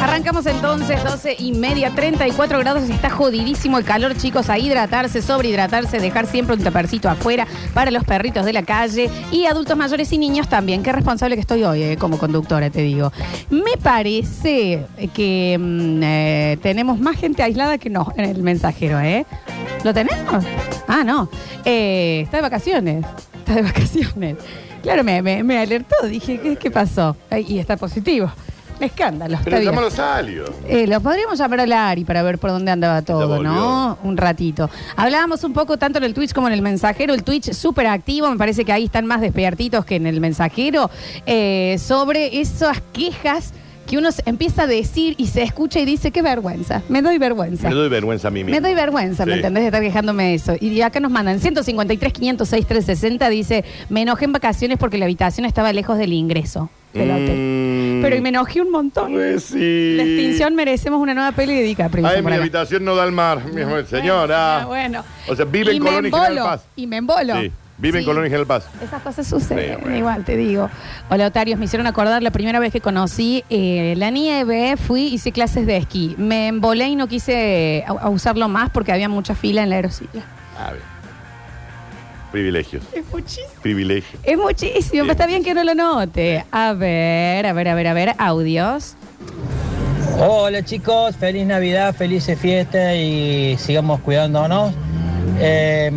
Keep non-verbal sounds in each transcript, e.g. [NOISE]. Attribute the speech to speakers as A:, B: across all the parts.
A: Arrancamos entonces, 12 y media, 34 grados. Está jodidísimo el calor, chicos, a hidratarse, sobrehidratarse, dejar siempre un tapercito afuera para los perritos de la calle y adultos mayores y niños también. Qué responsable que estoy hoy eh, como conductora, te digo. Me parece que mm, eh, tenemos más gente aislada que no en el mensajero, ¿eh? ¿Lo tenemos? Ah, no. Eh, está de vacaciones. Está de vacaciones. Claro, me, me- me alertó. Dije, ¿qué, qué pasó? Ay, y está positivo. Escándalo. está
B: Pero
A: bien.
B: llámalo Salio.
A: Eh, lo podríamos llamar a la Ari para ver por dónde andaba todo,
B: volvió.
A: ¿no? Un ratito. Hablábamos un poco tanto en el Twitch como en el mensajero. El Twitch súper activo, me parece que ahí están más despiertitos que en el mensajero, eh, sobre esas quejas que uno se- empieza a decir y se escucha y dice, qué vergüenza, me doy vergüenza.
B: Me doy vergüenza a mí mismo.
A: Me doy vergüenza, ¿me
B: Sí.
A: entendés? De estar quejándome de eso. Y acá nos mandan 153, 506, 360. Dice: Me enojé en vacaciones porque la habitación estaba lejos del ingreso del hotel.
B: Mm.
A: Pero y me enojé un montón.
B: Eh, sí.
A: La extinción merecemos una nueva peli de DiCaprio.
B: Ay,
A: dicen por
B: mi
A: acá.
B: habitación no da al mar, mi amor, señora.
A: Ah, Bueno.
B: O sea, vive
A: Y
B: en
A: me
B: Colón y General
A: embolo,
B: Paz.
A: Y me embolo.
B: Sí, vive en
A: Sí.
B: Colonia General Paz.
A: Esas cosas
B: Sí,
A: suceden,
B: bueno.
A: igual te digo. Hola, Otarios, me hicieron acordar la primera vez que conocí eh, la nieve, fui, hice clases de esquí. Me embolé y no quise eh, a- a usarlo más porque había mucha fila en la aerosilla.
B: A ver. Privilegios,
A: Es muchísimo.
B: privilegios.
A: Es muchísimo, pero está bien que no lo note. A ver, a ver, a ver, a ver, audios.
C: Hola chicos, feliz Navidad, felices fiestas y sigamos cuidándonos. Eh,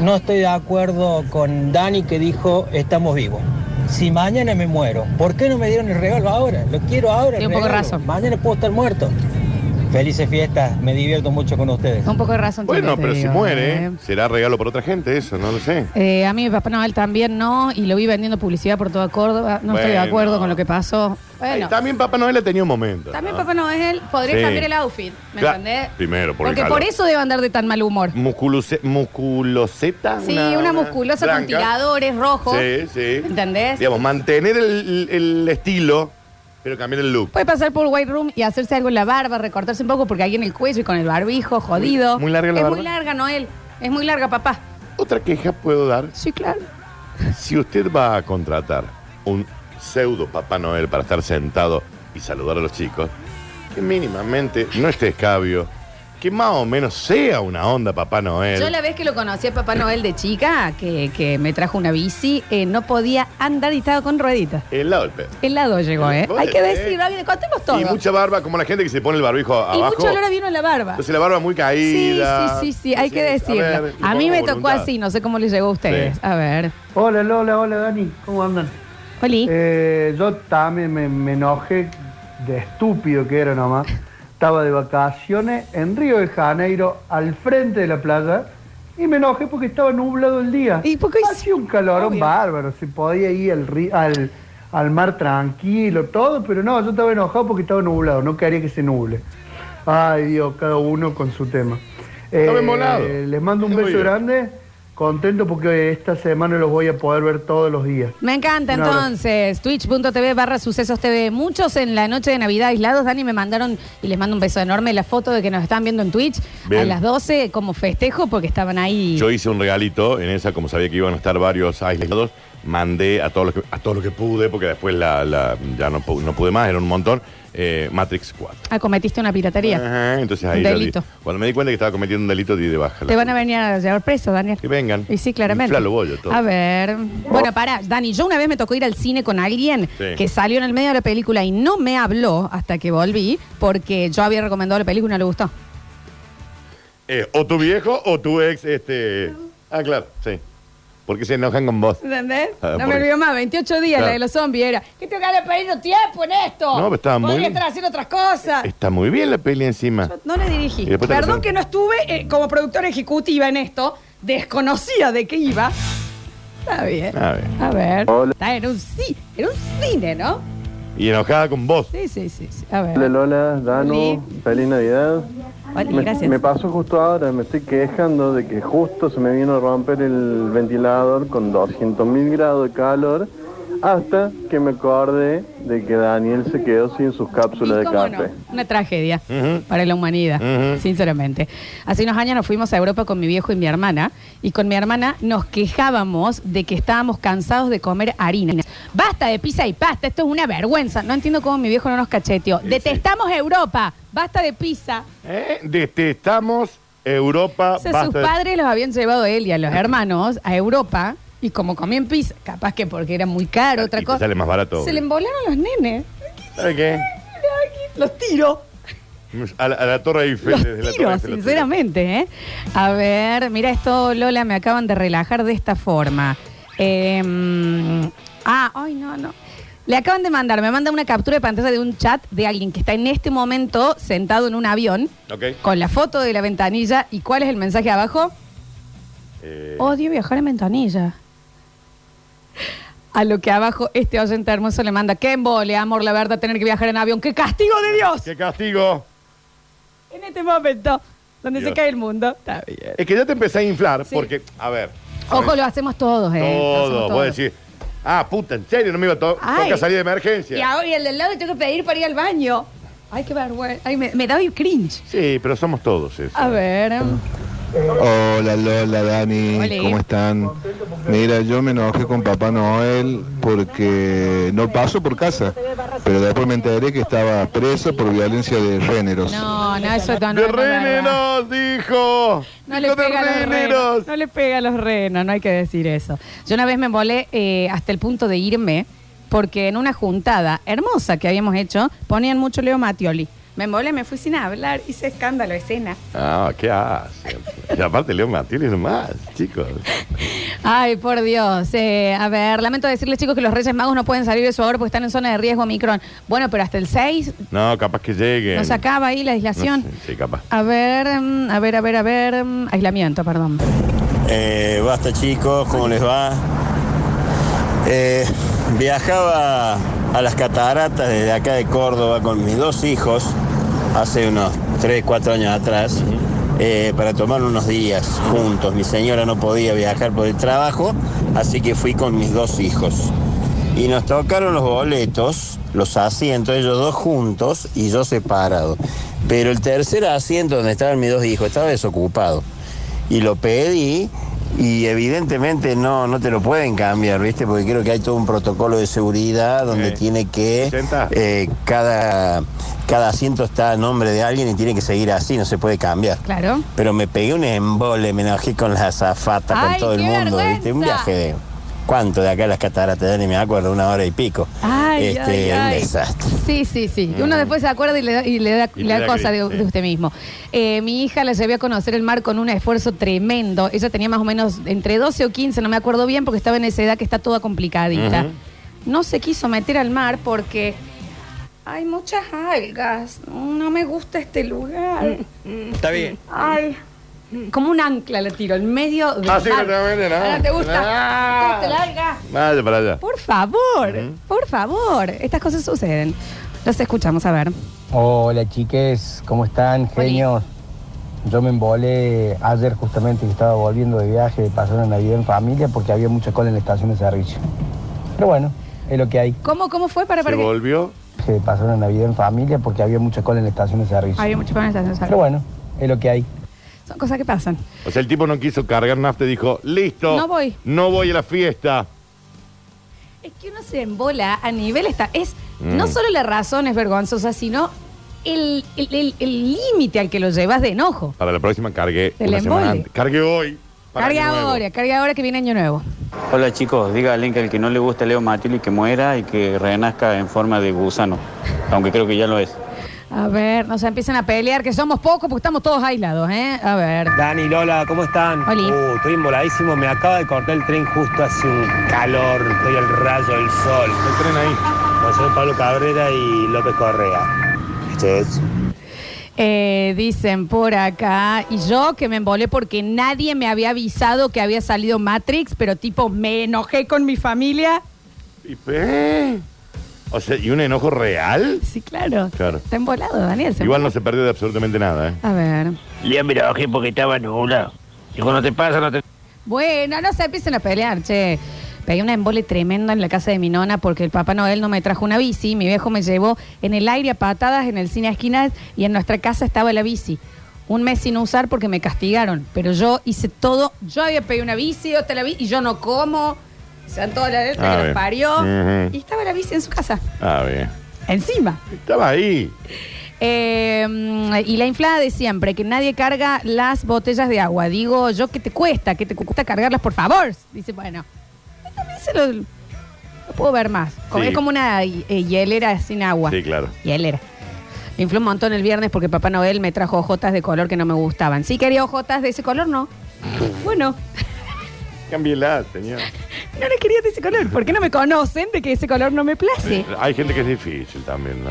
C: no estoy de acuerdo con Dani que dijo estamos vivos. Si mañana me muero, ¿por qué no me dieron el regalo ahora? Lo quiero ahora. el
A: Tiene un poco de
C: regalo.
A: razón.
C: Mañana puedo estar muerto. Felices fiestas, me divierto mucho con ustedes.
A: Un poco de razón. tiene,
B: Bueno,
A: te
B: pero si
A: digo,
B: muere,
A: ¿eh?
B: será regalo por otra gente, eso, no lo sé.
A: Eh, a mí mi papá Noel también no, y lo vi vendiendo publicidad por toda Córdoba. No estoy de
B: Bueno.
A: acuerdo con lo que pasó. Bueno,
B: Ay, también Papá Noel ha tenido un momento.
A: también
B: ¿no?
A: papá Noel podría
B: Sí.
A: cambiar el outfit, ¿me
B: Claro,
A: entendés?
B: primero, por el
A: Porque
B: calor.
A: por eso debe andar de tan mal humor.
B: Musculose- musculoseta.
A: Sí, una, musculosa con
B: blanca.
A: tiradores rojos.
B: Sí, sí.
A: ¿Entendés?
B: Digamos, mantener el, el estilo, pero cambiar el look.
A: Puede pasar por White Room y hacerse algo en la barba, recortarse un poco porque hay en el cuello y con el barbijo jodido.
B: Muy- muy larga la
A: es
B: barba.
A: muy larga, Noel. Es muy larga, papá.
B: Otra queja puedo dar.
A: Sí, claro.
B: Si usted va a contratar un pseudo Papá Noel para estar sentado y saludar a los chicos, que mínimamente no esté escabio, que más o menos sea una onda Papá Noel.
A: Yo la vez que lo conocí a Papá Noel de chica, que, que me trajo una bici, eh, no podía andar y estaba con rueditas.
B: El lado del pedo.
A: El lado llegó, ¿eh?
B: Puede
A: Hay que
B: ser.
A: decirlo, hay que- contemos todo.
B: Y mucha barba, como la gente que se pone el barbijo
A: Y
B: abajo.
A: mucho olor a vino en la barba.
B: Entonces la barba muy caída.
A: sí, sí, sí, sí, hay que
B: Entonces,
A: decirlo.
B: ver,
A: A,
B: le
A: mí
B: pongo
A: me
B: voluntad.
A: tocó así, no sé cómo les llegó a ustedes.
B: Sí.
A: A ver.
D: Hola Lola, hola Dani, ¿cómo andan?
A: Oli.
D: Eh, yo también me, me enojé de estúpido que era nomás. Estaba de vacaciones en Río de Janeiro, al frente de la playa, y me enojé porque estaba nublado el día.
A: ¿Y por qué hizo?
D: Hacía un calorón
A: Obvio.
D: bárbaro, se podía ir al, ri- al, al mar tranquilo, todo, pero no, yo estaba enojado porque estaba nublado, no quería que se nuble. Ay Dios, cada uno con su tema. Eh,
B: Estaba embolado.
D: les mando un
B: Muy
D: beso
B: bien.
D: grande, contento porque esta semana los voy a poder ver todos los días.
A: Me encanta
D: Un abrazo.
A: entonces, twitch.tv barra sucesos TV. Muchos en la noche de Navidad aislados, Dani, me mandaron, y les mando un beso enorme, la foto de que nos están viendo en Twitch
B: Bien.
A: a las 12 como festejo porque estaban ahí.
B: Yo hice un regalito en esa, como sabía que iban a estar varios aislados, mandé a todos los que, a todos los que pude, porque después la, la- ya no, pu- no pude más, era un montón, eh, Matrix 4.
A: Acometiste Ah, una piratería.
B: Ajá, entonces
A: Un
B: ahí lo di.
A: delito.
B: Cuando me di cuenta que estaba cometiendo un delito, di de baja.
A: Te van a venir a llevar preso, Daniel.
B: Que vengan.
A: Y sí, claramente.
B: Inflalo bollo todo.
A: A ver. Bueno, pará, Dani, yo una vez me tocó ir al cine con alguien
B: Sí.
A: que salió en el medio de la película y no me habló hasta que volví porque yo había recomendado la película y no le gustó.
B: Eh, o tu viejo o tu ex, este. Ah, claro, sí. Porque se enojan con vos.
A: ¿Entendés?
B: Ah,
A: no
B: por-
A: me olvido más, 28 días
B: Claro.
A: la de los zombies era. ¿Qué tengo que haber perdido tiempo en esto?
B: No, pero estaba muy
A: Podría
B: bien.
A: estar haciendo otras cosas.
B: Está muy bien la peli encima.
A: Yo no le dirigí.
B: Y después te
A: Perdón
B: lo-
A: que no estuve eh, como productora ejecutiva en esto, desconocida de qué iba. Está bien.
B: A ver.
A: A ver.
E: Hola.
A: Está en un, ci- en un cine, ¿no?
B: Y enojada con vos.
A: Sí, sí, sí. sí. A ver.
E: Hola Lola, Danu,
A: Oli.
E: feliz Navidad.
A: Oli,
E: me,
A: gracias.
E: me pasó justo ahora, me estoy quejando de que justo se me vino a romper el ventilador con 200.000 grados de calor Hasta que me acordé de que Daniel se quedó sin sus cápsulas
A: Y
E: de
A: cómo
E: café.
A: no, una tragedia
B: Ujú.
A: para la humanidad,
B: Ujú.
A: sinceramente. Hace unos años nos fuimos a Europa con mi viejo y mi hermana, y con mi hermana nos quejábamos de que estábamos cansados de comer harina. Basta de pizza y pasta, esto es una vergüenza. No entiendo cómo mi viejo no nos cacheteó.
B: Sí,
A: Detestamos Europa, basta de pizza.
B: ¿Eh? Detestamos Europa.
A: O sea,
B: basta
A: sus
B: de-
A: padres los habían llevado él y a los hermanos a Europa, y como comían pizza, capaz que porque era muy caro,
B: Y
A: otra
B: te
A: cosa.
B: sale más barato.
A: Se le embolaron los nenes.
B: ¿Sabe qué?
A: Los tiro.
B: A la, a la Torre Eiffel.
A: Los
B: desde la Torre Eiffel
A: tiro,
B: los tiro.
A: sinceramente, ¿eh? A ver, mira esto, Lola, me acaban de relajar de esta forma. Eh, ah, ay, no, no. Le acaban de mandar, me manda una captura de pantalla de un chat de alguien que está en este momento sentado en un avión
B: Ok.
A: con la foto de la ventanilla. ¿Y cuál es el mensaje abajo?
B: Eh,
A: Odio viajar en ventanilla. A lo que abajo este oyente hermoso le manda, qué embole, amor, la verdad, tener que viajar en avión. ¡Qué castigo de Dios!
B: ¡Qué castigo!
A: En este momento, donde se
B: Dios.
A: cae el mundo. Está bien.
B: Es que ya te empecé a inflar
A: Sí.
B: porque, a ver. a
A: Ojo,
B: ver,
A: lo hacemos todos, ¿eh? Lo hacemos
B: todo.
A: todos.
B: Voy a decir, ah, puta, en serio, no me iba a to
A: Ay.
B: toca salir de
A: Y
B: emergencia.
A: ahora y el del lado tengo que pedir para ir al baño. Ay, qué vergüenza. Ay, me, me da hoy cringe.
B: Sí, pero somos todos eso.
A: A ver.
F: Hola Lola, Dani,
A: Hola.
F: ¿cómo están? Mira, yo me enojé con Papá Noel porque no paso por casa, pero después me enteré que estaba preso por violencia de géneros.
A: No, no, eso no,
B: ¡De
A: no, no, no, no.
B: renenos, dijo! ¡Dijo
A: No le,
B: de
A: pega a los
B: renenos!
A: renos, no le pega a los renos, no hay que decir eso. Yo una vez me embolé eh, hasta el punto de irme, porque en una juntada hermosa que habíamos hecho, ponían mucho Leo Matioli. Me embolé, me fui sin hablar, hice escándalo, escena.
B: Ah, ¿qué hace? Y aparte, León Martínez es más, chicos.
A: Ay, por Dios. Eh, a ver, lamento decirles, chicos, que los Reyes Magos no pueden salir de su hogar porque están en zona de riesgo Omicron. Bueno, pero hasta el 6
B: No, capaz que llegue.
A: nos acaba ahí la aislación.
B: sí, capaz.
A: A ver, mm, a ver, a ver, a ver. mm, Aislamiento, perdón.
G: Eh, basta chicos, ¿cómo les va? Eh, viajaba a las cataratas desde acá de Córdoba con mis dos hijos hace unos 3, 4 años atrás eh, para tomar unos días juntos. Mi señora no podía viajar por el trabajo, así que fui con mis dos hijos. Y nos tocaron los boletos, los asientos, ellos dos juntos y yo separado. Pero el tercer asiento donde estaban mis dos hijos estaba desocupado y lo pedí y evidentemente no, no te lo pueden cambiar, ¿viste? Porque creo que hay todo un protocolo de seguridad donde
B: Ok.
G: tiene que
B: Senta.
G: eh, cada, cada asiento está a nombre de alguien y tiene que seguir así, no se puede cambiar.
A: Claro.
G: Pero me pegué un embole, me enojé con las azafatas, con
A: Ay,
G: todo el
A: qué
G: mundo, ¿viste? Un
A: vergüenza.
G: viaje de... ¿Cuánto de acá a las cataratas? Ya ni me acuerdo, una hora y pico.
A: Ay, ay,
G: este,
A: ay.
G: un desastre.
A: Sí, sí, sí. Uno después se acuerda y le da, y le da-
B: Y
A: le
B: le
A: da
B: da
A: cosa de,
B: cringe, sí.
A: de usted mismo. Eh, mi hija la llevé a conocer el mar con un esfuerzo tremendo. Ella tenía más o menos entre 12 o 15, no me acuerdo bien, porque estaba en esa edad que está toda complicadita.
B: Ujú.
A: No se quiso meter al mar porque hay muchas algas. No me gusta este lugar.
B: Mm,
H: Está bien.
A: Ay. Como un ancla la tiro, en medio de.
B: Ah, sí, claramente, no.
A: ¿Te gusta?
B: Ah.
A: ¿Te gusta el alga?
B: Vaya para allá.
A: Por favor, por favor. Estas cosas suceden. Las escuchamos, a ver.
C: Hola chiques, ¿cómo están? Genios. Yo me embolé ayer justamente que estaba volviendo de viaje, pasar una Navidad en familia porque había mucha cola en la estación de servicio. Pero bueno, es lo que hay.
A: ¿Cómo, cómo fue para,
B: Se
A: para que...
B: volvió.
C: Que pasar una Navidad en familia porque había mucha cola en la estación de servicio.
A: Había mucho pan en esta
C: Pero
A: sala.
C: bueno, es lo que hay.
A: Son cosas que pasan.
B: O sea, el tipo no quiso cargar nafta y dijo, listo.
A: No voy.
B: No voy a la fiesta.
A: Es que uno se embola a nivel esta. Es
B: Mm.
A: no solo la razón es vergonzosa, sino el el- el- el límite al que lo llevas de enojo.
B: Para la próxima cargué
A: Del
B: una semana
A: embole.
B: antes. Cargué hoy. para
A: Carga
B: año nuevo.
A: ahora, carga ahora que viene año nuevo.
I: Hola chicos, dígale que al que no le gusta Leo Matilde que muera y que renazca en forma de gusano, aunque creo que ya lo es.
A: A ver, no se empiecen a pelear, que somos pocos porque estamos todos aislados, ¿eh? A ver.
H: Dani, Lola, ¿cómo están?
A: Oli.
H: Uh, estoy emboladísimo, me acaba de cortar el tren justo hace un calor, estoy al rayo del sol.
B: El tren ahí.
H: Con soy Pablo Cabrera y López Correa. Este es.
A: Eh, dicen por acá, y yo que me embolé porque nadie me había avisado que había salido Matrix, pero tipo me enojé con mi familia.
B: Y pe- O sea, ¿y un enojo real?
A: Sí, claro.
B: Claro.
A: Está embolado, Daniel. se
B: Igual no se perdió de absolutamente nada, ¿eh?
A: A ver.
J: Liam me enojé porque estaba nublado. Y cuando te pasa no te
A: Bueno, no se empiecen a pelear, che. Pegué un embole tremendo en la casa de mi nona porque el Papá Noel no me trajo una bici. Mi viejo me llevó en el aire a patadas, en el cine a esquinas y en nuestra casa estaba la bici. Un mes sin usar porque me castigaron. Pero yo hice todo. Yo había pedido una bici, otra la bici y yo no como. Se dan toda la letra
B: Ah,
A: que nos
B: bien.
A: parió.
B: Ujú.
A: Y estaba la bici en su casa.
B: Ah, bien.
A: Encima.
B: Estaba ahí.
A: Eh, mm, y la inflada de siempre, que nadie carga las botellas de agua. Digo, yo, ¿qué te cuesta? ¿Qué te cuesta cargarlas, por favor? Dice, bueno, eso me dice lo, lo puedo ver más. Como-
B: Sí.
A: Es como una eh, hielera sin agua.
B: Sí, claro.
A: Hielera. Me infló un montón el viernes porque Papá Noel me trajo hojotas de color que no me gustaban. Sí quería hojotas de ese
B: [LAUGHS]
A: color, no. Bueno,
B: Cámbiela, señor.
A: no las quería de ese color. ¿Por qué no me conocen de que ese color no me place?
B: Hay gente que es difícil también, ¿no?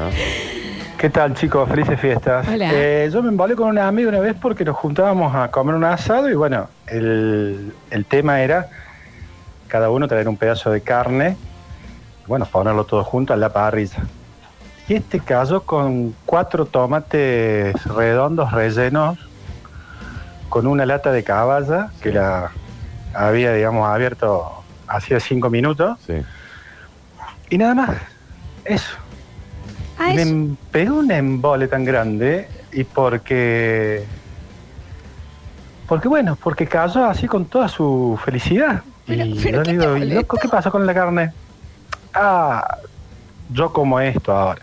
J: ¿Qué tal chicos? Felices fiestas.
A: Hola.
J: Eh, yo me embalé con unas amigas una vez porque nos juntábamos a comer un asado y bueno, el, el tema era cada uno traer un pedazo de carne, bueno, ponerlo todo junto a la parrilla. Y este cayó con cuatro tomates redondos rellenos, con una lata de caballa que la había, digamos, abierto hacía cinco minutos.
B: Sí.
J: Y nada más, eso.
A: Ah,
J: Me
A: eso.
J: em- pegó un embole tan grande y porque. Porque bueno, porque cayó así con toda su felicidad. y yo le digo, "¿Y loco, ¿qué pasó con la carne? Ah, yo como esto ahora.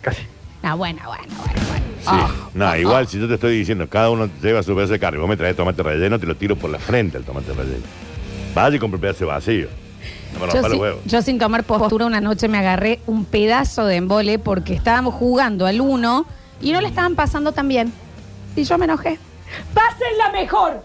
J: Casi.
A: Ah, bueno, bueno, bueno.
B: Sí.
A: Ah.
B: no, igual si yo te estoy diciendo, cada uno lleva su pedazo de carne, vos me traes tomate relleno, te lo tiro por la frente el tomate relleno. Vaya y compra un pedazo vacío. No me
A: Yo,
B: rompa los
A: sin-
B: huevos.
A: yo sin tomar postura una noche me agarré un pedazo de embole porque estábamos jugando al uno y no le estaban pasando tan bien. Y yo me enojé. ¡Pásenla mejor!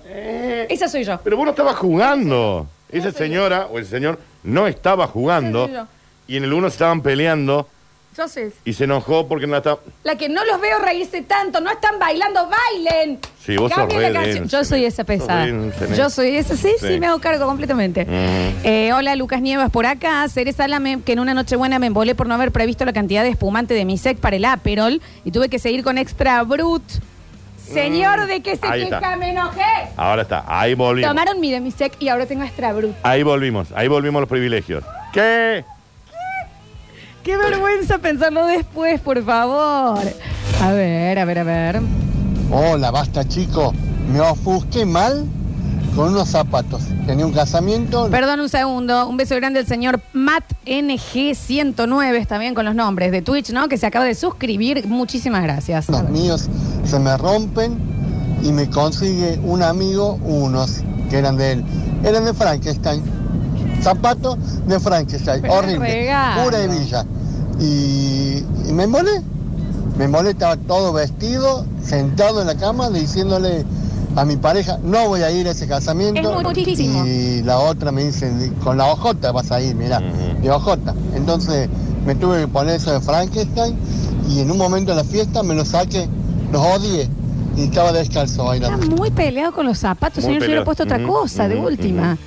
A: Esa soy yo.
B: Pero vos no estabas jugando. Esa señora o el señor no estaba jugando.
A: Ese soy yo.
B: Y en el uno se estaban peleando
A: Yo soy
B: y se enojó porque no estaba.
A: la que no los veo reírse tanto, no están bailando, bailen.
B: Sí, vos sos
A: Cambien la
B: re
A: canción.
B: dense.
A: Yo soy esa pesada.
B: Sos dense,
A: Yo soy esa, sí, sí,
B: Sí.
A: me hago cargo completamente.
B: Mm.
A: Eh, hola, Lucas Nievas por acá. Ceres Salame, que en una noche buena me embolé por no haber previsto la cantidad de espumante de mi sec para el Aperol y tuve que seguir con Extra Brut. Señor, ¿de qué se
B: Mm, Ahí está.
A: queja? Me enojé.
B: Ahora está, ahí volvimos.
A: Tomaron mi de mi sec y ahora tengo Extra Brut.
B: Ahí volvimos, ahí volvimos los privilegios. ¿Qué?
A: Qué vergüenza pensarlo después, por favor. A ver, a ver, a ver.
K: Hola, basta chicos. Me ofusqué mal con unos zapatos. Tenía un casamiento.
A: Perdón un segundo, un beso grande al señor Matt NG109, está bien con los nombres de Twitch, ¿no? Que se acaba de suscribir. Muchísimas gracias. A
K: Los
A: ver.
K: míos se me rompen y me consigue un amigo unos que eran de él. Eran de Frankenstein. Zapatos de Frankenstein.
A: Pero
K: Horrible.
A: regalo.
K: Pura hebilla. Y, y me molé. Me molé, estaba todo vestido, sentado en la cama, diciéndole a mi pareja, no voy a ir a ese casamiento.
A: Es muchísimo.
K: Y la otra me dice, con la ojota vas a ir, mirá, de ojota. Entonces me tuve que poner eso de Frankenstein y en un momento de la fiesta me lo saqué, los odié y estaba descalzo
A: Está
K: bailando.
A: muy peleado con los zapatos,
K: Muy
A: señor. Yo le he
K: peleado.
A: puesto otra
K: Ujú,
A: cosa, de
K: ujú,
A: última.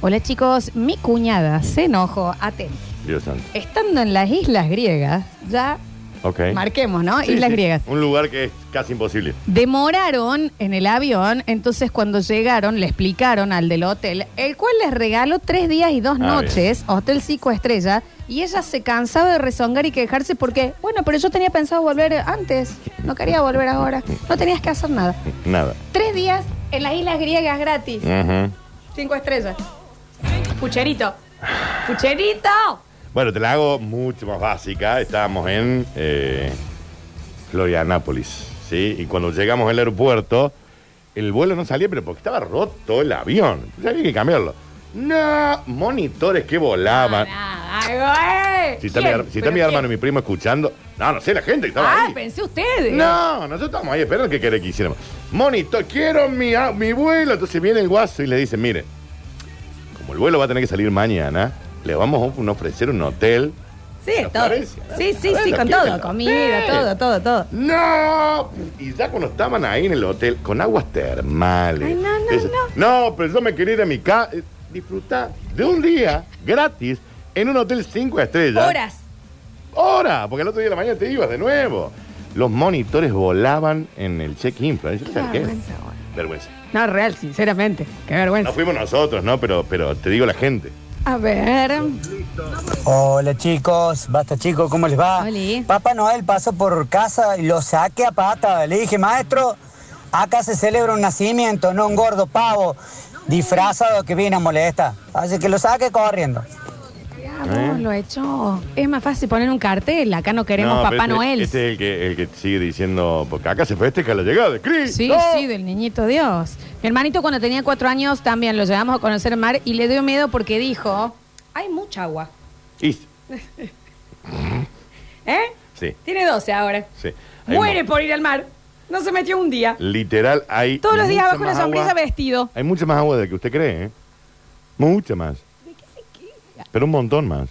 A: Hola, chicos. Mi cuñada se enojó. Atento.
B: Dios santo.
A: Estando en las islas griegas, ya
B: Ok.
A: marquemos, ¿no?
B: Sí,
A: islas
B: sí.
A: griegas.
B: Un lugar que es casi imposible.
A: Demoraron en el avión, entonces cuando llegaron le explicaron al del hotel, el cual les regaló tres días y dos
L: Ah,
A: noches, Hotel Cinco Estrellas, y ella se cansaba de rezongar y quejarse porque, bueno, pero yo tenía pensado volver antes, no quería volver ahora, no tenías que hacer nada.
B: Nada.
A: Tres días en las islas griegas gratis,
B: Ujú.
A: cinco estrellas. Pucherito, pucherito.
B: Bueno, te la hago mucho más básica. Estábamos en eh, Florianápolis, ¿sí? Y cuando llegamos al aeropuerto, el vuelo no salía, pero porque estaba roto el avión. Ya había que cambiarlo. No, monitores que volaban.
A: Ay, güey.
B: Si está, mi,
A: ¿Quién?
B: her- si está
A: ¿Pero
B: mi
A: quién?
B: hermano y mi primo escuchando. No, no sé, la gente que estaba
A: Ah,
B: ahí.
A: pensé ustedes.
B: No, nosotros estábamos ahí esperando que querés que hiciéramos. Monitor, quiero mi, a- mi vuelo. Entonces viene el guaso y le dice, mire, como el vuelo va a tener que salir mañana, le vamos a ofrecer un hotel.
A: Sí, todo. Sí, sí, sí,
B: Bueno,
A: con
B: ¿quién
A: todo,
B: te-
A: comida,
B: Sí.
A: todo, todo, todo.
B: ¡No! Y ya cuando estaban ahí en el hotel, con aguas termales.
A: Ay, no, no,
B: Dice, "No, pero yo me quería ir a mi casa. Disfrutar de un día gratis en un hotel cinco estrellas.
A: Horas.
B: Hora, porque el otro día de la mañana te ibas de nuevo. Los monitores volaban en el check-in. Florencia, ¿sabes qué?
A: vergüenza,
B: Vergüenza.
A: No, real, sinceramente. Qué vergüenza.
B: No fuimos nosotros, ¿no? Pero, pero te digo la gente.
A: A ver.
L: Hola chicos, basta chicos, ¿cómo les va? Papá Noel pasó por casa y lo saqué a pata. Le dije, maestro, acá se celebra un nacimiento, no un gordo pavo disfrazado que viene a molestar. Así que lo saque corriendo.
B: ¿Eh?
A: Vos lo he hecho. Es más fácil poner un cartel. Acá no queremos
B: No, pero
A: Papá
B: este-
A: Noel.
B: Este es el que, el que sigue diciendo, porque acá se festeja la llegada de Cristo.
A: Sí, sí, del niñito Dios. Mi hermanito cuando tenía cuatro años también lo llevamos a conocer el mar y le dio miedo porque dijo, hay mucha agua.
B: Y-
A: ¿Eh?
B: sí,
A: Tiene 12 ahora.
B: sí. Hay
A: Muere
B: mo-
A: por ir al mar. No se metió un día.
B: Literal, hay.
A: Todos los días
B: mucha
A: abajo con la
B: más
A: sombrilla
B: agua-
A: vestido.
B: Hay mucha más agua de la que usted cree, ¿eh? Mucha más. Pero un montón más.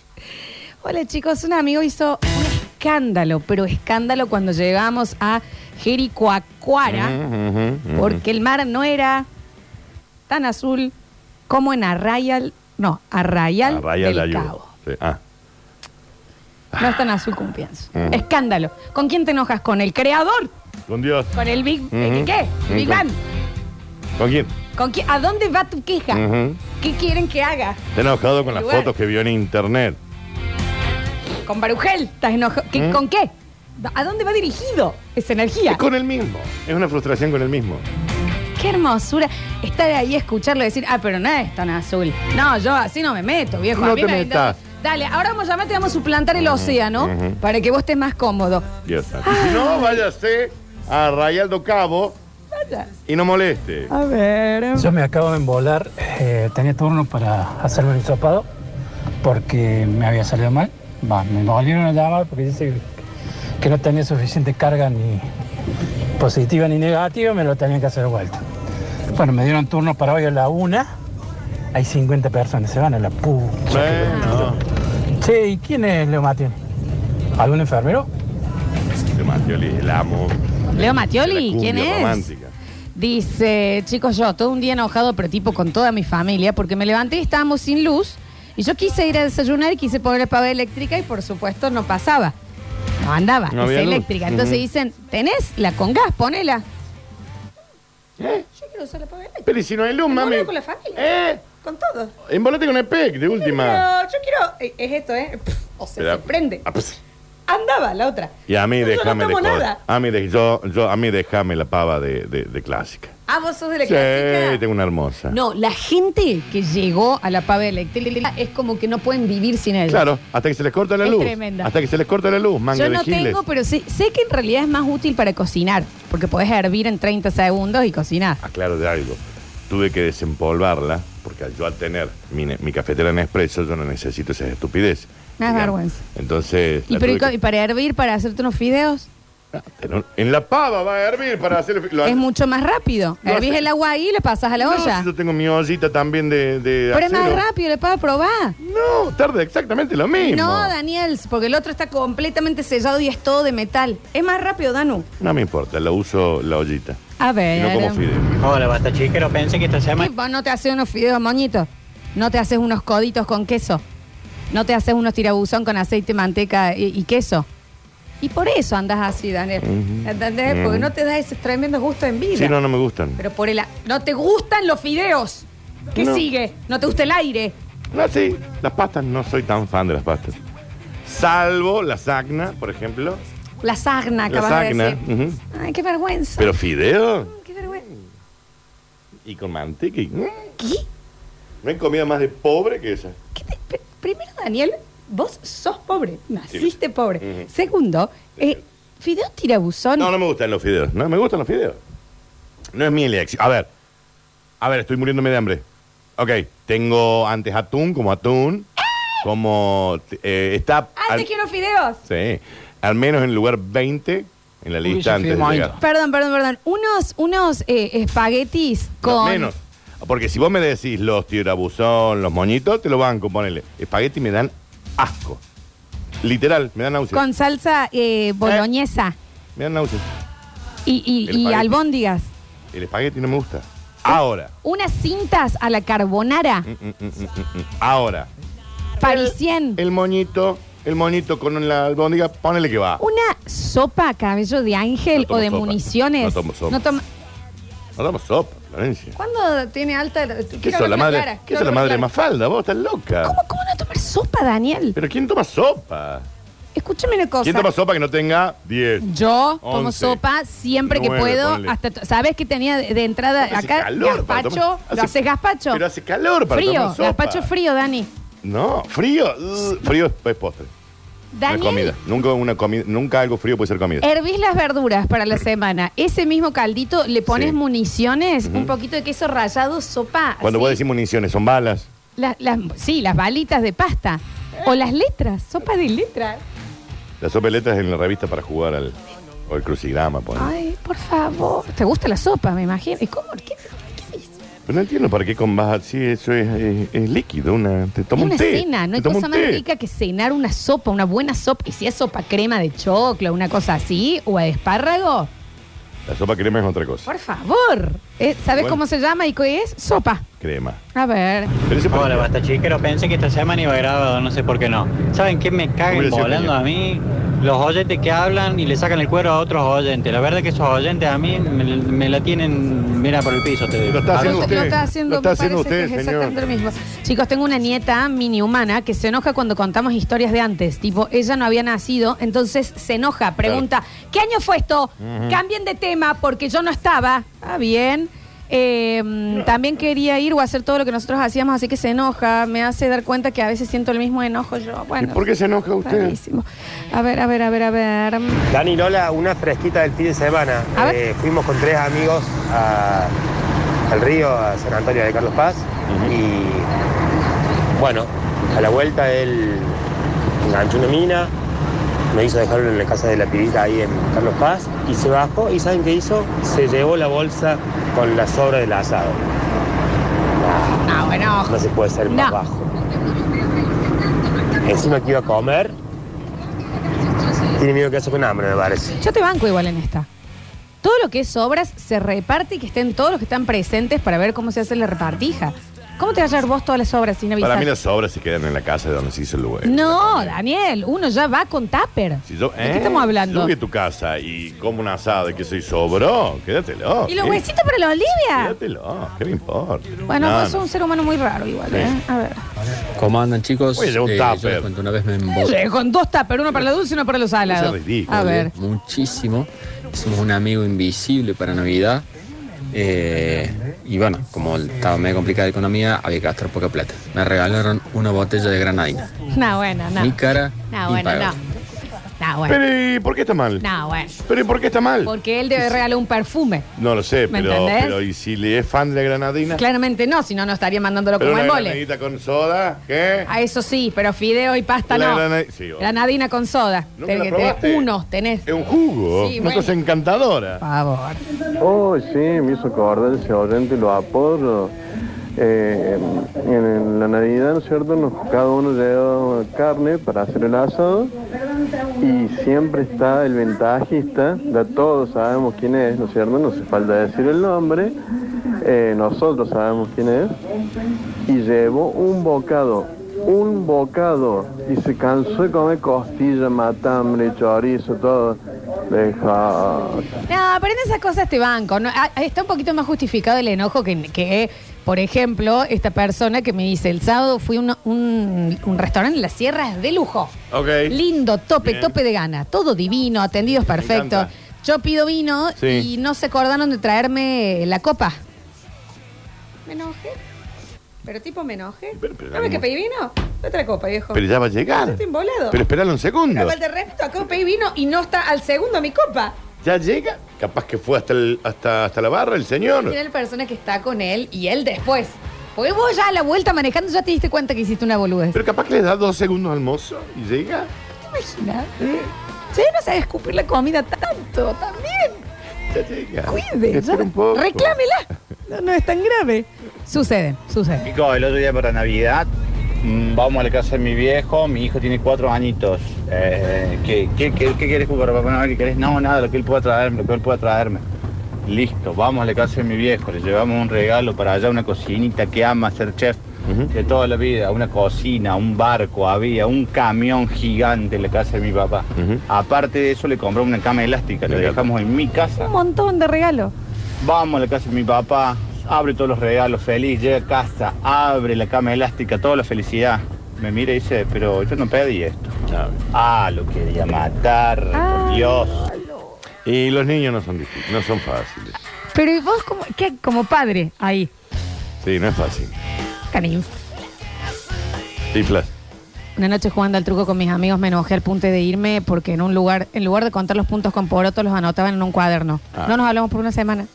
A: Hola chicos, un amigo hizo un escándalo, pero escándalo cuando llegamos a Jericoacoara,
B: Mm. Ujú, ujú, ujú.
A: porque el mar no era tan azul como en Arrayal, no, Arrayal,
B: Arraya
A: del
B: la ayuda.
A: Cabo.
B: Sí, Ah,
A: No es tan azul como pienso.
B: Ujú.
A: Escándalo. ¿Con quién te enojas? ¿Con el creador?
B: con Dios.
A: ¿Con el Big eh,
B: Ujú.
A: ¿Qué?
B: Ujú.
A: Big Bang.
B: ¿Con quién?
A: ¿Con quién? ¿A dónde va tu queja?
B: Ujú.
A: ¿Qué quieren que haga?
B: Está enojado con las
A: Lugar.
B: fotos que vio en internet.
A: ¿Con Barugel? ¿Estás enojado? ¿Qué-
B: Mm.
A: ¿Con qué? ¿A dónde va dirigido esa energía?
B: Es con el mismo. Es una frustración con el mismo.
A: Qué hermosura estar ahí, escucharlo decir, ah, pero nada es tan azul. No, yo así no me meto, viejo. A
B: No
A: mí
B: te
A: me-
B: metas.
A: Dale, ahora vamos a llamarte y vamos a suplantar el océano
B: ujú.
A: para que vos estés más cómodo.
B: Dios santo. Y Si no, váyase a Rayaldo Cabo
A: Vaya.
B: y no moleste.
A: A ver.
M: Yo me acabo de embolar, eh, tenía turno para hacerme el hisopado porque me había salido mal. Va, me volvieron a llamar porque dice que no tenía suficiente carga ni positiva ni negativa, me lo tenían que hacer de vuelta. Bueno, me dieron turno para hoy a la una. Hay 50 personas, se van a la puta. que lo parió. Che, ¿y quién es Leo Matioli? ¿Algún enfermero?
B: Leo Matioli, el amo.
A: Leo Matioli,
B: La cumbia
A: ¿quién es?
B: romántica.
A: Dice, chicos, yo todo un día enojado, pero tipo con toda mi familia, porque me levanté y estábamos sin luz. Y yo quise ir a desayunar y quise poner la pava eléctrica y por supuesto no pasaba. No andaba,
N: No
A: es
N: había luz.
A: eléctrica. Entonces
N: Ujú.
A: dicen, ¿tenés la con gas? Ponela.
B: ¿Eh?
A: Yo quiero usar la pava eléctrica.
B: Pero ¿y si no hay luz,
A: Me
B: mami?
A: muero con la familia. Con todo.
B: Embolate con el PEC, de última.
A: Pero yo quiero. eh, Es esto, ¿eh? [LAUGHS] Pf, O sea,
B: Pero-
A: se prende.
B: Ah, pues.
A: Andaba la otra.
B: Y a mí
A: Yo no
B: déjame de
A: tomo
B: joder.
A: nada.
B: A mí, de- yo, yo, a mí déjame la pava de, de- de clásica.
A: Ah, vos sos de la
B: sí,
A: clásica.
B: tengo una hermosa.
A: No, la gente que llegó a la pava eléctrica es como que no pueden vivir sin ella.
B: Claro, hasta que se les corta la
A: Es
B: luz.
A: tremenda.
B: Hasta que se les corta la luz, manga
A: Yo no
B: de giles.
A: tengo, pero sí, sé que en realidad es más útil para cocinar, porque podés hervir en 30 segundos y cocinar.
B: Aclaro Ah, de algo. Tuve que desempolvarla, porque yo al tener mi, ne- mi cafetera en expreso, yo no necesito esas estupideces.
A: Me da Ah, vergüenza.
B: Entonces,
A: ¿Y,
B: la
A: pero y
B: tuve
A: co- y para hervir, para hacerte unos fideos,
B: que- en, en la pava va a hervir para hacer... Lo,
A: es mucho más rápido.
B: Lo
A: Hervís
B: hace-
A: el agua ahí y le pasas a la
B: No,
A: olla.
B: si yo tengo mi ollita también de, de
A: pero es más
B: acero.
A: rápido, le puedes probar.
B: No, tarda exactamente lo mismo.
A: No, Daniel, porque el otro está completamente sellado y es todo de metal. Es más rápido, Danu.
B: No me importa, la uso la ollita.
A: A
B: Y no
A: ver.
B: como fideo.
M: Hola, basta chiquero, pensé que esta semana...
A: ¿Qué? ¿Vos no te haces unos fideos moñitos? ¿No te haces unos coditos con queso? ¿No te haces unos tirabuzón con aceite, manteca y, y queso? Y por eso andas así, Daniel.
B: Ujú.
A: ¿Entendés? Porque
B: Ujú.
A: no te da ese tremendo gusto en vida.
B: Sí, no, no me gustan.
A: Pero por el... a- No te gustan los fideos. ¿Qué
B: No.
A: sigue? ¿No te gusta el aire?
B: No, sí, las pastas no soy tan fan de las pastas. Salvo la sagna, por ejemplo.
A: La sarna,
B: la
A: acabas de
B: sagna.
A: decir.
B: ujú.
A: Ay, qué vergüenza.
B: Pero fideo
A: Qué vergüenza.
B: y con manteca. y- mm.
A: ¿Qué?
B: No hay comida más de pobre que esa.
A: Primero, Daniel, vos sos pobre. Naciste pobre. Segundo, eh, fideos tirabuzón.
B: No, no me gustan los fideos. No me gustan los fideos. No es mi elección. A ver. A ver, estoy muriéndome de hambre. Ok, tengo antes atún, como atún. Como eh, está.
A: Ah, te
B: al-
A: quiero fideos.
B: Sí. Al menos en el lugar 20 en la lista antes de llegar.
A: Perdón, perdón, perdón. Unos, unos eh, espaguetis con.
B: No, menos. Porque si vos me decís los tirabuzón, los moñitos, te lo banco, ponele. Espagueti me dan asco. Literal, me dan náuseas.
A: Con salsa eh, boloñesa
B: Me dan náuseas.
A: y, y-
B: El
A: y
B: espagueti.
A: albóndigas.
B: El espagueti no me gusta. Ahora.
A: Unas cintas a la carbonara
B: Mm, mm, mm, mm, mm. Ahora.
A: parisien.
B: Mm. El moñito, el moñito con la albóndiga, ponele que va.
A: Una sopa cabello de ángel
B: No tomo
A: o de
B: sopa.
A: municiones.
B: No tomo sopa.
A: toma-
B: No damos sopa. Florencia.
A: ¿Cuándo tiene alta?
B: ¿Qué
A: quiero
B: sos la
A: verla
B: madre?
A: clara,
B: ¿Qué
A: quiero
B: sos la
A: verla
B: madre
A: clara.
B: más falda? Vos estás loca.
A: ¿Cómo, ¿Cómo van a tomar sopa, Daniel?
B: ¿Pero quién toma sopa?
A: Escúchame una cosa.
B: ¿Quién toma sopa que no tenga 10?
A: Yo como
B: Once.
A: sopa siempre que
B: Nueve,
A: puedo.
B: ponle.
A: Hasta t- ¿Sabes que tenía de de entrada
B: Hace
A: acá?
B: calor para
A: gazpacho.
B: tomar-
A: ¿Lo
B: hace-
A: haces gazpacho?
B: pero hace calor para
A: Frío,
B: tomar sopa.
A: gazpacho frío, Dani.
B: No, frío. uh, frío es- es postre. Una
A: Dani,
B: comida. Nunca, una comida. Nunca algo frío puede ser comida.
A: hervís las verduras para la semana. Ese mismo caldito, le pones
B: Sí.
A: municiones,
B: Ujú.
A: un poquito de queso rallado, sopa.
B: Cuando vos decís municiones, son balas.
A: Las- las- sí, las balitas de pasta. O las letras, sopa de letras.
B: La sopa de letras en la revista para jugar al. O el crucigrama, ponle.
A: Ay, por favor. ¿Te gusta la sopa, me imagino? ¿Y cómo? ¿Qué?
B: Pero no entiendo para qué con vas así, eso es, es- es líquido. Una, te toma
A: es una
B: un té.
A: cena, no
B: te
A: hay
B: toma
A: cosa
B: un
A: más
B: té.
A: rica que cenar una sopa, una buena sopa. Y si es sopa crema de choclo, una cosa así, o a espárrago,
B: La sopa crema es otra cosa.
A: por favor. Eh, ¿Sabes
B: Bueno.
A: cómo se llama y qué es? Sopa.
B: Crema.
A: A ver.
N: Hola, basta chiquero. Pensé que esta semana iba grabado, no sé por qué no. ¿Saben qué me cagan
B: Hubiera sido
N: volando a mí? Los oyentes que hablan y le sacan el cuero a otros oyentes. La verdad que esos oyentes a mí me, me la tienen, mira, por el piso. Te, lo
B: está haciendo
A: Lo está haciendo,
B: Lo está haciendo
A: me parece que
B: usted,
A: es
B: señor.
A: exactamente lo mismo. Chicos, tengo una nieta mini humana que se enoja cuando contamos historias de antes. Tipo, ella no había nacido, entonces se enoja, pregunta, ¿qué año fue esto?
O: Ujú.
A: Cambien de tema porque yo no estaba. Ah, bien. Eh, También quería ir o hacer todo lo que nosotros hacíamos, así que se enoja. Me hace dar cuenta que a veces siento el mismo enojo yo.
B: ¿Y
A: Bueno,
B: por qué se enoja usted?
A: rarísimo. A ver, a ver, a ver, a ver.
H: Dani Lola, una fresquita del fin de semana.
A: A ver.
H: Eh, fuimos con tres amigos a- al río, a San Antonio de Carlos Paz. Y bueno, a la vuelta él enganchó una mina, me hizo dejarlo en la casa de la pibita ahí en Carlos Paz y se bajó. ¿Y saben qué hizo? Se llevó la bolsa con la sobra del asado.
A: No, bueno.
H: No se puede ser más
A: No.
H: bajo. Encima que iba a comer. Tiene miedo que hace con hambre, me parece.
A: Yo te banco igual en esta. Todo lo que es obras se reparte y que estén todos los que están presentes para ver cómo se hace la repartija. ¿Cómo te vas a llevar vos todas las obras sin avisar?
B: Para mí las obras se quedan en la casa de donde se hizo el lugar.
A: No, Daniel, uno ya va con tupper.
B: Si yo, ¿Eh?
A: qué estamos hablando?
B: Si yo voy a tu casa y como un asado y que soy sobró, quédatelo.
A: ¿Y los
B: ¿qué?
A: huesitos para la Olivia?
B: Quédatelo, ¿qué me importa?
A: Bueno,
B: No,
A: vos sos un ser humano muy raro igual,
B: Sí.
A: ¿eh? A ver.
P: ¿Cómo andan, chicos?
B: Oye, lleva un
P: yo les
B: tupper.
P: cuento, una vez me embotellé
A: Eh, Con dos tuppers, uno para la dulce y uno para los salados.
B: ¿eh?
A: A ver.
P: muchísimo. Hicimos un amigo invisible para Navidad. Eh, y bueno, como estaba medio complicada la economía, había que gastar poca plata. Me regalaron una botella de granadina.
A: No, bueno, no.
P: Mi cara.
A: No, bueno, no.
P: impagable.
A: No, bueno.
B: Pero ¿y por qué está mal?
A: No, bueno.
B: ¿Pero ¿y por qué está mal?
A: Porque él debe regalar un perfume.
B: No lo sé,
A: ¿Me
B: pero,
A: entendés?
B: pero ¿y si le es fan de la granadina?
A: Claramente no, si no, no estaría mandándolo
B: Pero una
A: como el mole.
B: granadita con soda, ¿qué?
A: A eso sí, pero fideo y pasta
B: La
A: no.
B: granadi- sí, obvio.
A: Granadina con soda.
B: Nunca
A: Tenés
B: la
A: que tener
B: probaste.
A: uno tenés.
B: Es un jugo,
A: Sí,
B: una
A: bueno.
B: cosa encantadora.
A: favor.
E: Oh, sí, me hizo acordar ese oyente, lo apodo. Eh, en, en la Navidad, ¿no es cierto? Nos, cada uno lleva carne para hacer el asado y siempre está el ventajista, ya todos sabemos quién es, ¿no es cierto? No hace falta decir el nombre, eh, nosotros sabemos quién es y llevó un bocado, un bocado y se cansó de comer costilla, matambre, chorizo, todo. Deja.
A: No, pero en esas cosas te banco. ¿no? Ah, Está un poquito más justificado el enojo que, que, por ejemplo, esta persona que me dice, el sábado fui a un, un- un restaurante en las sierras de lujo.
B: Ok.
A: Lindo, tope,
B: Bien.
A: tope de gana. Todo divino, atendidos perfectos.
B: encanta.
A: Yo pido vino
B: Sí.
A: y no se acordaron de traerme la copa. Me enojé. Pero tipo me enojé. ¿Sabes que pedí vino? Otra copa, viejo.
B: Pero ya va a llegar.
A: Estoy embolado.
B: Pero esperalo un segundo.
A: Una falta de respeto, acabo de pedir vino y no está al segundo mi copa.
B: Ya llega. Capaz que fue hasta, el- hasta, hasta la barra el señor.
A: Tiene la persona que está con él y él después. Porque vos ya a la vuelta manejando ya te diste cuenta que hiciste una boludez.
B: Pero capaz que le da dos segundos al mozo y llega.
A: ¿Te imaginas?
B: ¿eh?
A: Che, no sabes escupir la comida tanto, también.
B: Ya llega.
A: Cuide, ya.
B: Espera un poco.
A: Reclámela. No, no es tan grave. Sucede, sucede.
Q: Chicos, el otro día para Navidad mm, vamos a la casa de mi viejo, mi hijo tiene cuatro añitos. Eh, ¿qué, qué, qué, qué querés para Papá Noel? ¿Qué querés? No, nada, lo que él pueda traerme, lo que él pueda traerme. Listo, vamos a la casa de mi viejo, le llevamos un regalo para allá, una cocinita que ama ser chef de toda la vida, una cocina, un barco, había un camión gigante en la casa de mi papá. Aparte de eso le compró una cama elástica, la dejamos en mi casa.
A: Un montón de regalo.
Q: Vamos a la casa de mi papá, abre todos los regalos, feliz, llega a casa, abre la cama elástica, toda la felicidad. Me mira y dice, pero yo no pedí esto. Ah, lo quería matar, por Dios.
B: Y los niños no son difíciles, no son fáciles.
A: Pero ¿y vos como, qué, como padre ahí,
B: Sí, no es fácil.
A: Canin.
B: Tiflas.
A: Una noche jugando al truco con mis amigos me enojé al punto de irme porque en un lugar, en lugar de contar los puntos con porotos, los anotaban en un cuaderno.
O: Ah.
A: No nos hablamos por una semana.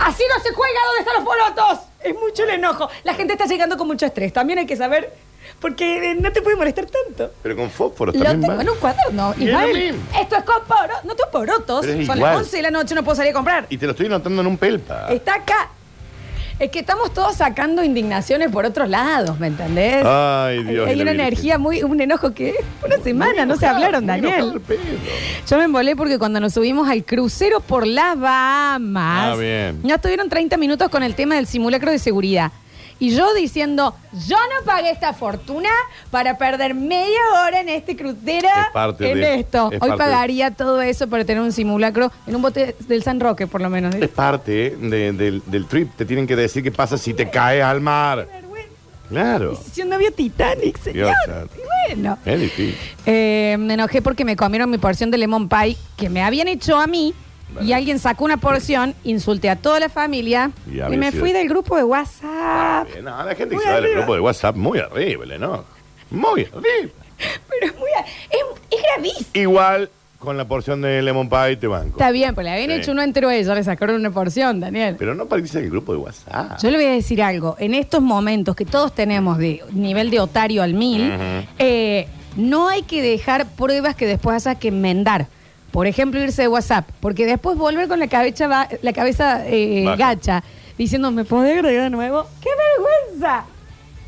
O: Así no se juega, ¿dónde están los porotos? Es mucho el enojo. La gente está llegando con mucho estrés. También hay que saber, porque eh, no te puede molestar tanto.
B: Pero con fósforos
O: Lo
B: también
O: tengo
B: va.
O: en un cuaderno.
B: Y es
O: Igual.
B: lo mismo.
O: Esto es con porotos. No tengo porotos.
B: Pero es
O: Son
B: igual.
O: las 11 de la noche, no puedo salir a comprar.
B: Y te lo estoy notando en un pelpa.
O: Está acá. Es que estamos todos sacando indignaciones por otros lados, ¿me entendés?
B: Ay, Dios.
O: Hay
B: y la
O: una
B: Virgen.
O: energía muy, un enojo que una semana no se
B: Ah,
A: enojado,
O: hablaron,
A: muy enojado
O: Daniel.
A: el Yo me embolé porque cuando nos subimos al crucero por las Bahamas,
O: Ah, bien.
A: ya estuvieron 30 minutos con el tema del simulacro de seguridad. Y yo diciendo, yo no pagué esta fortuna para perder media hora en este crucero,
O: Es parte
A: en
O: de-
A: esto.
B: es
A: Hoy
B: parte de-
A: pagaría todo eso para tener un simulacro en un bote del San Roque, por lo menos.
B: Es parte de- del, del trip. Te tienen que decir qué pasa si te caes al mar. Claro.
A: Si no había Titanic, señor.
B: Dios,
A: Y bueno.
B: Es difícil.
A: Eh, me enojé porque me comieron mi porción de lemon pie que me habían hecho a mí y alguien sacó una porción, insulté a toda la familia
B: Y
A: y,
B: había
A: me
B: sido- Ah,
A: fui del grupo de
O: Ah,
A: WhatsApp.
B: Bien, Eh, no, la gente que
A: Muy
B: se va del
A: arriba.
B: grupo de WhatsApp, muy horrible, ¿no? Muy horrible.
O: Es gravísimo.
B: Igual con la porción de lemon pie te banco.
A: Está bien, pues le habían
B: Sí.
A: hecho uno entero a ella, le sacaron una porción, Daniel.
B: Pero no participa del grupo de WhatsApp.
A: Yo le voy a decir algo, en estos momentos que todos tenemos de nivel de otario al mil,
B: Ujú.
A: eh, no hay que dejar pruebas que después haya que enmendar. Por ejemplo, irse de WhatsApp, porque después volver con la cabeza, va- la cabeza eh,
B: Baja.
A: gacha, diciendo, ¿me podés agregar de nuevo? ¡Qué vergüenza!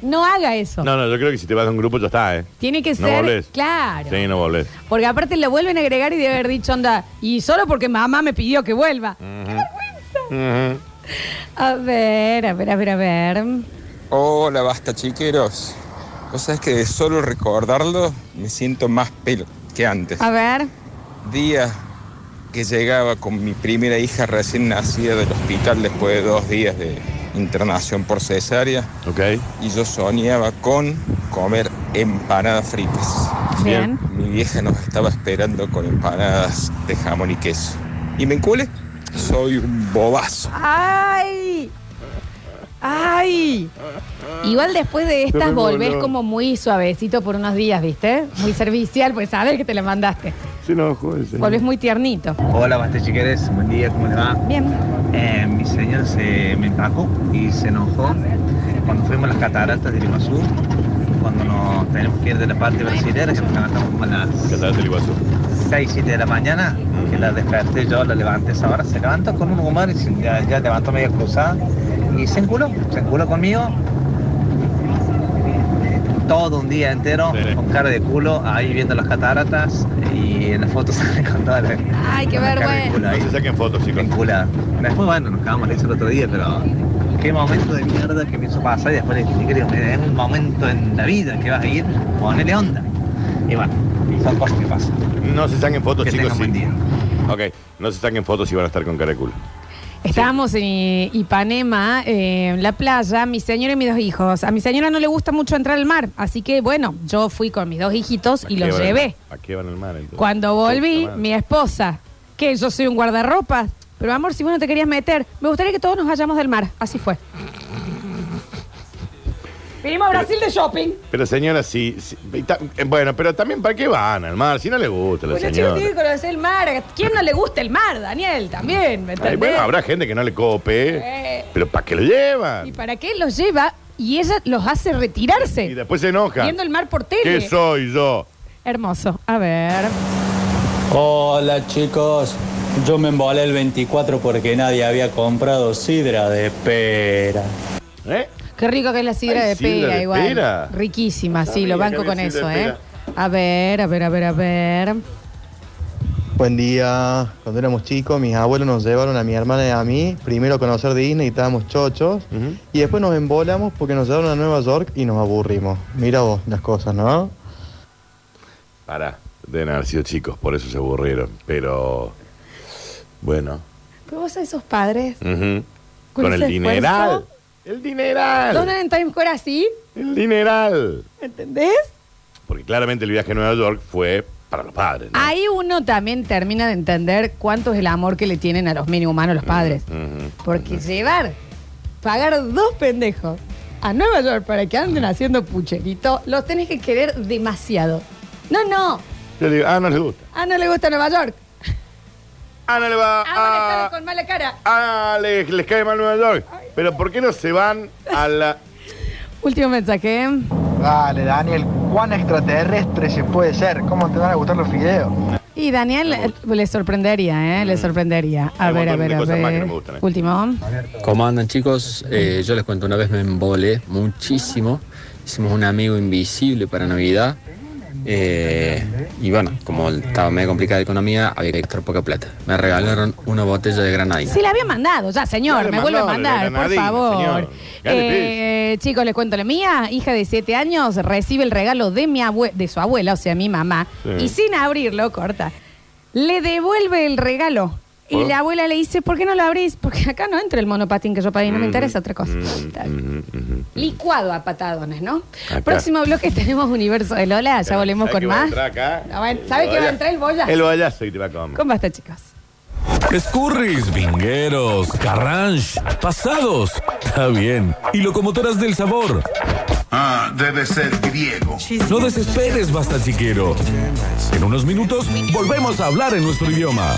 A: No haga eso.
B: No, no, yo creo que si te vas a un grupo ya está, ¿eh?
A: Tiene que
B: No
A: ser...
B: volvés.
A: Claro.
B: Sí, no volvés.
A: Porque aparte le vuelven a agregar y debe haber dicho, onda, y solo porque mamá me pidió que vuelva.
B: Mm.
R: Ujú.
A: A ver, a ver, a ver, a ver.
R: Hola, basta chiqueros. Vos sabés que de solo recordarlo me siento más pelo que antes.
A: A ver.
R: Día que llegaba con mi primera hija recién nacida del hospital después de dos días de internación por cesárea. Y yo soñaba con comer empanadas fritas.
A: Bien.
R: Mi vieja nos estaba esperando con empanadas de jamón y queso. Y me enculé. Soy un bobazo.
A: ¡Ay! ¡Ay! Igual después de
R: Se
A: estas
R: me
A: volvés
R: voló.
A: como muy suavecito por unos días, ¿viste? Muy servicial, pues sabes que te la mandaste.
B: Sí, no, joder,
A: Volvés muy tiernito.
S: Hola, Bastechiqueres, buen día, ¿cómo le va?
A: Bien.
S: Eh, mi señor se me empacó y se enojó cuando fuimos a las cataratas de Iguazú, cuando nos tenemos que ir de la parte brasilera, que nos levantamos como a las 6, 7 de la mañana, que la desperté yo, la levanté a esa hora, se levantó con un humor y se- ya, ya levantó media cruzada y se enculó, se enculó conmigo. Todo un día entero con cara de culo ahí viendo las cataratas y en las fotos [LAUGHS] sale con toda la,
A: ¡Ay, qué vergüenza!
S: no se
B: saquen fotos, chicos.
S: Después, bueno, nos cagamos de eso el otro día, pero qué momento de mierda que me hizo pasar. Y después le dije, creo, es un momento en la vida que vas a ir, ponele onda. Y bueno, son cosas que pasan.
B: No se saquen fotos,
S: Que
B: chicos.
S: tengan buen
B: sí. Ok, no se saquen fotos si van a estar con carácula.
A: Estábamos en Ipanema, eh, en la playa, mi señora y mis dos hijos. A mi señora no le gusta mucho entrar al mar, así que bueno, yo fui con mis dos hijitos y los llevé.
B: ¿A qué van al mar entonces?
A: Cuando volví, mi esposa, que yo soy un guardarropa, pero amor, si vos no te querías meter, me gustaría que todos nos vayamos del mar. Así fue.
O: Vinimos a Brasil de shopping.
B: Pero señora, sí. sí, y ta- eh, bueno, pero también ¿para qué van al mar? Si no le gusta la
O: Bueno, chicos, tiene
B: señora.
O: que conocer el mar. ¿A ¿Quién no le gusta el mar, Daniel? También, ¿me
B: Ay,
O: entendés?
B: bueno, habrá gente que no le cope.
O: Eh,
B: Pero ¿para qué lo llevan?
A: ¿Y para qué los lleva y ella los hace retirarse? Y
B: después se enoja.
A: Viendo el mar por tele.
B: ¿Qué soy yo?
A: Hermoso. A ver.
T: Hola chicos, yo me embolé el 24 porque nadie había comprado sidra de pera.
B: ¿Eh?
A: Qué rico que es la sidra
T: Ay,
A: de
T: sidra
A: pera,
T: de
A: igual.
T: pera.
A: Riquísima, sí,
T: sabía
A: lo
T: que
A: banco
T: había
A: con
T: sidra
A: eso,
T: de
A: ¿eh?
T: pera.
A: A ver, a ver, a ver, a ver.
U: Buen día. Cuando éramos chicos, mis abuelos nos llevaron a mi hermana y a mí, primero a conocer Disney y estábamos chochos, y después nos embolamos porque nos llevaron a Nueva York y nos aburrimos. Mira vos las cosas, ¿no?
B: Para. Deben haber sido chicos, por eso se aburrieron. Pero. Bueno.
A: Pero vos a esos padres
B: ujú. Con, el
O: ese
B: dineral.
O: esfuerzo.
B: El dineral.
O: Donan en Times Square así,
B: El dineral.
O: ¿entendés?
B: Porque claramente el viaje a Nueva York fue para los padres. ¿no?
A: Ahí uno también termina de entender cuánto es el amor que le tienen a los mini humanos
B: Mm,
A: los padres.
B: Ujú.
A: Porque llevar, pagar dos pendejos a Nueva York para que
B: Ah.
A: anden haciendo pucherito, los tenés que querer demasiado. No, no.
B: Yo le digo, ah, no les gusta.
A: Ah, no le gusta Nueva York.
B: Ah, no le va.
O: Ah, van a
B: Ah,
O: estar con mala cara.
B: ah, les, les cae mal Nueva York. Pero ¿por qué no se van a la.
A: Último mensaje.
D: Dale, Daniel, ¿cuán extraterrestre se puede ser? ¿Cómo te van a gustar los fideos?
A: Y Daniel eh, le sorprendería, ¿eh? Le sorprendería. A
D: Mm. Hay un
A: ver, a
D: montón de
A: ver, a
D: cosas más que
A: ver.
D: no me gustan, ¿eh?
A: Último.
P: ¿Cómo andan chicos? Eh, yo les cuento, una vez me embolé muchísimo. Hicimos un amigo invisible para Navidad. Eh, y bueno, como estaba medio complicada la economía, había que gastar poca plata. Me regalaron una botella de granadina.
A: Sí, la había mandado ya, señor.
P: Ya le
A: Me vuelve a
P: mandó,
A: mandar,
P: la
A: por
P: granadina,
A: favor.
P: señor. Gane,
A: Eh, chicos, les cuento la mía. Hija de 7 años recibe el regalo de, mi abue- de su abuela, o sea, mi mamá.
V: Sí.
A: Y sin abrirlo, corta, le devuelve el regalo. Y
V: ¿Por?
A: la abuela le dice, ¿por qué no lo abrís? Porque acá no entra el monopatín que yo pagué, no me
B: Ujú,
A: interesa otra cosa. Licuado a patadones, ¿no? Próximo bloque tenemos Universo de Lola, [LAUGHS] ya volvemos
B: ¿Sabes
A: con
B: qué va a
A: más.
B: entrar acá? Eh,
A: No, bueno, ¿Sabe qué va a entrar el boya?
B: El bollazo que te va a comer.
A: ¿Cómo está, chicos?
W: Escurris, vingueros, carranche, pasados. Está bien. Y locomotoras del sabor. Ah, debe ser griego. No desesperes, basta chiquero. En unos minutos volvemos a hablar en nuestro idioma.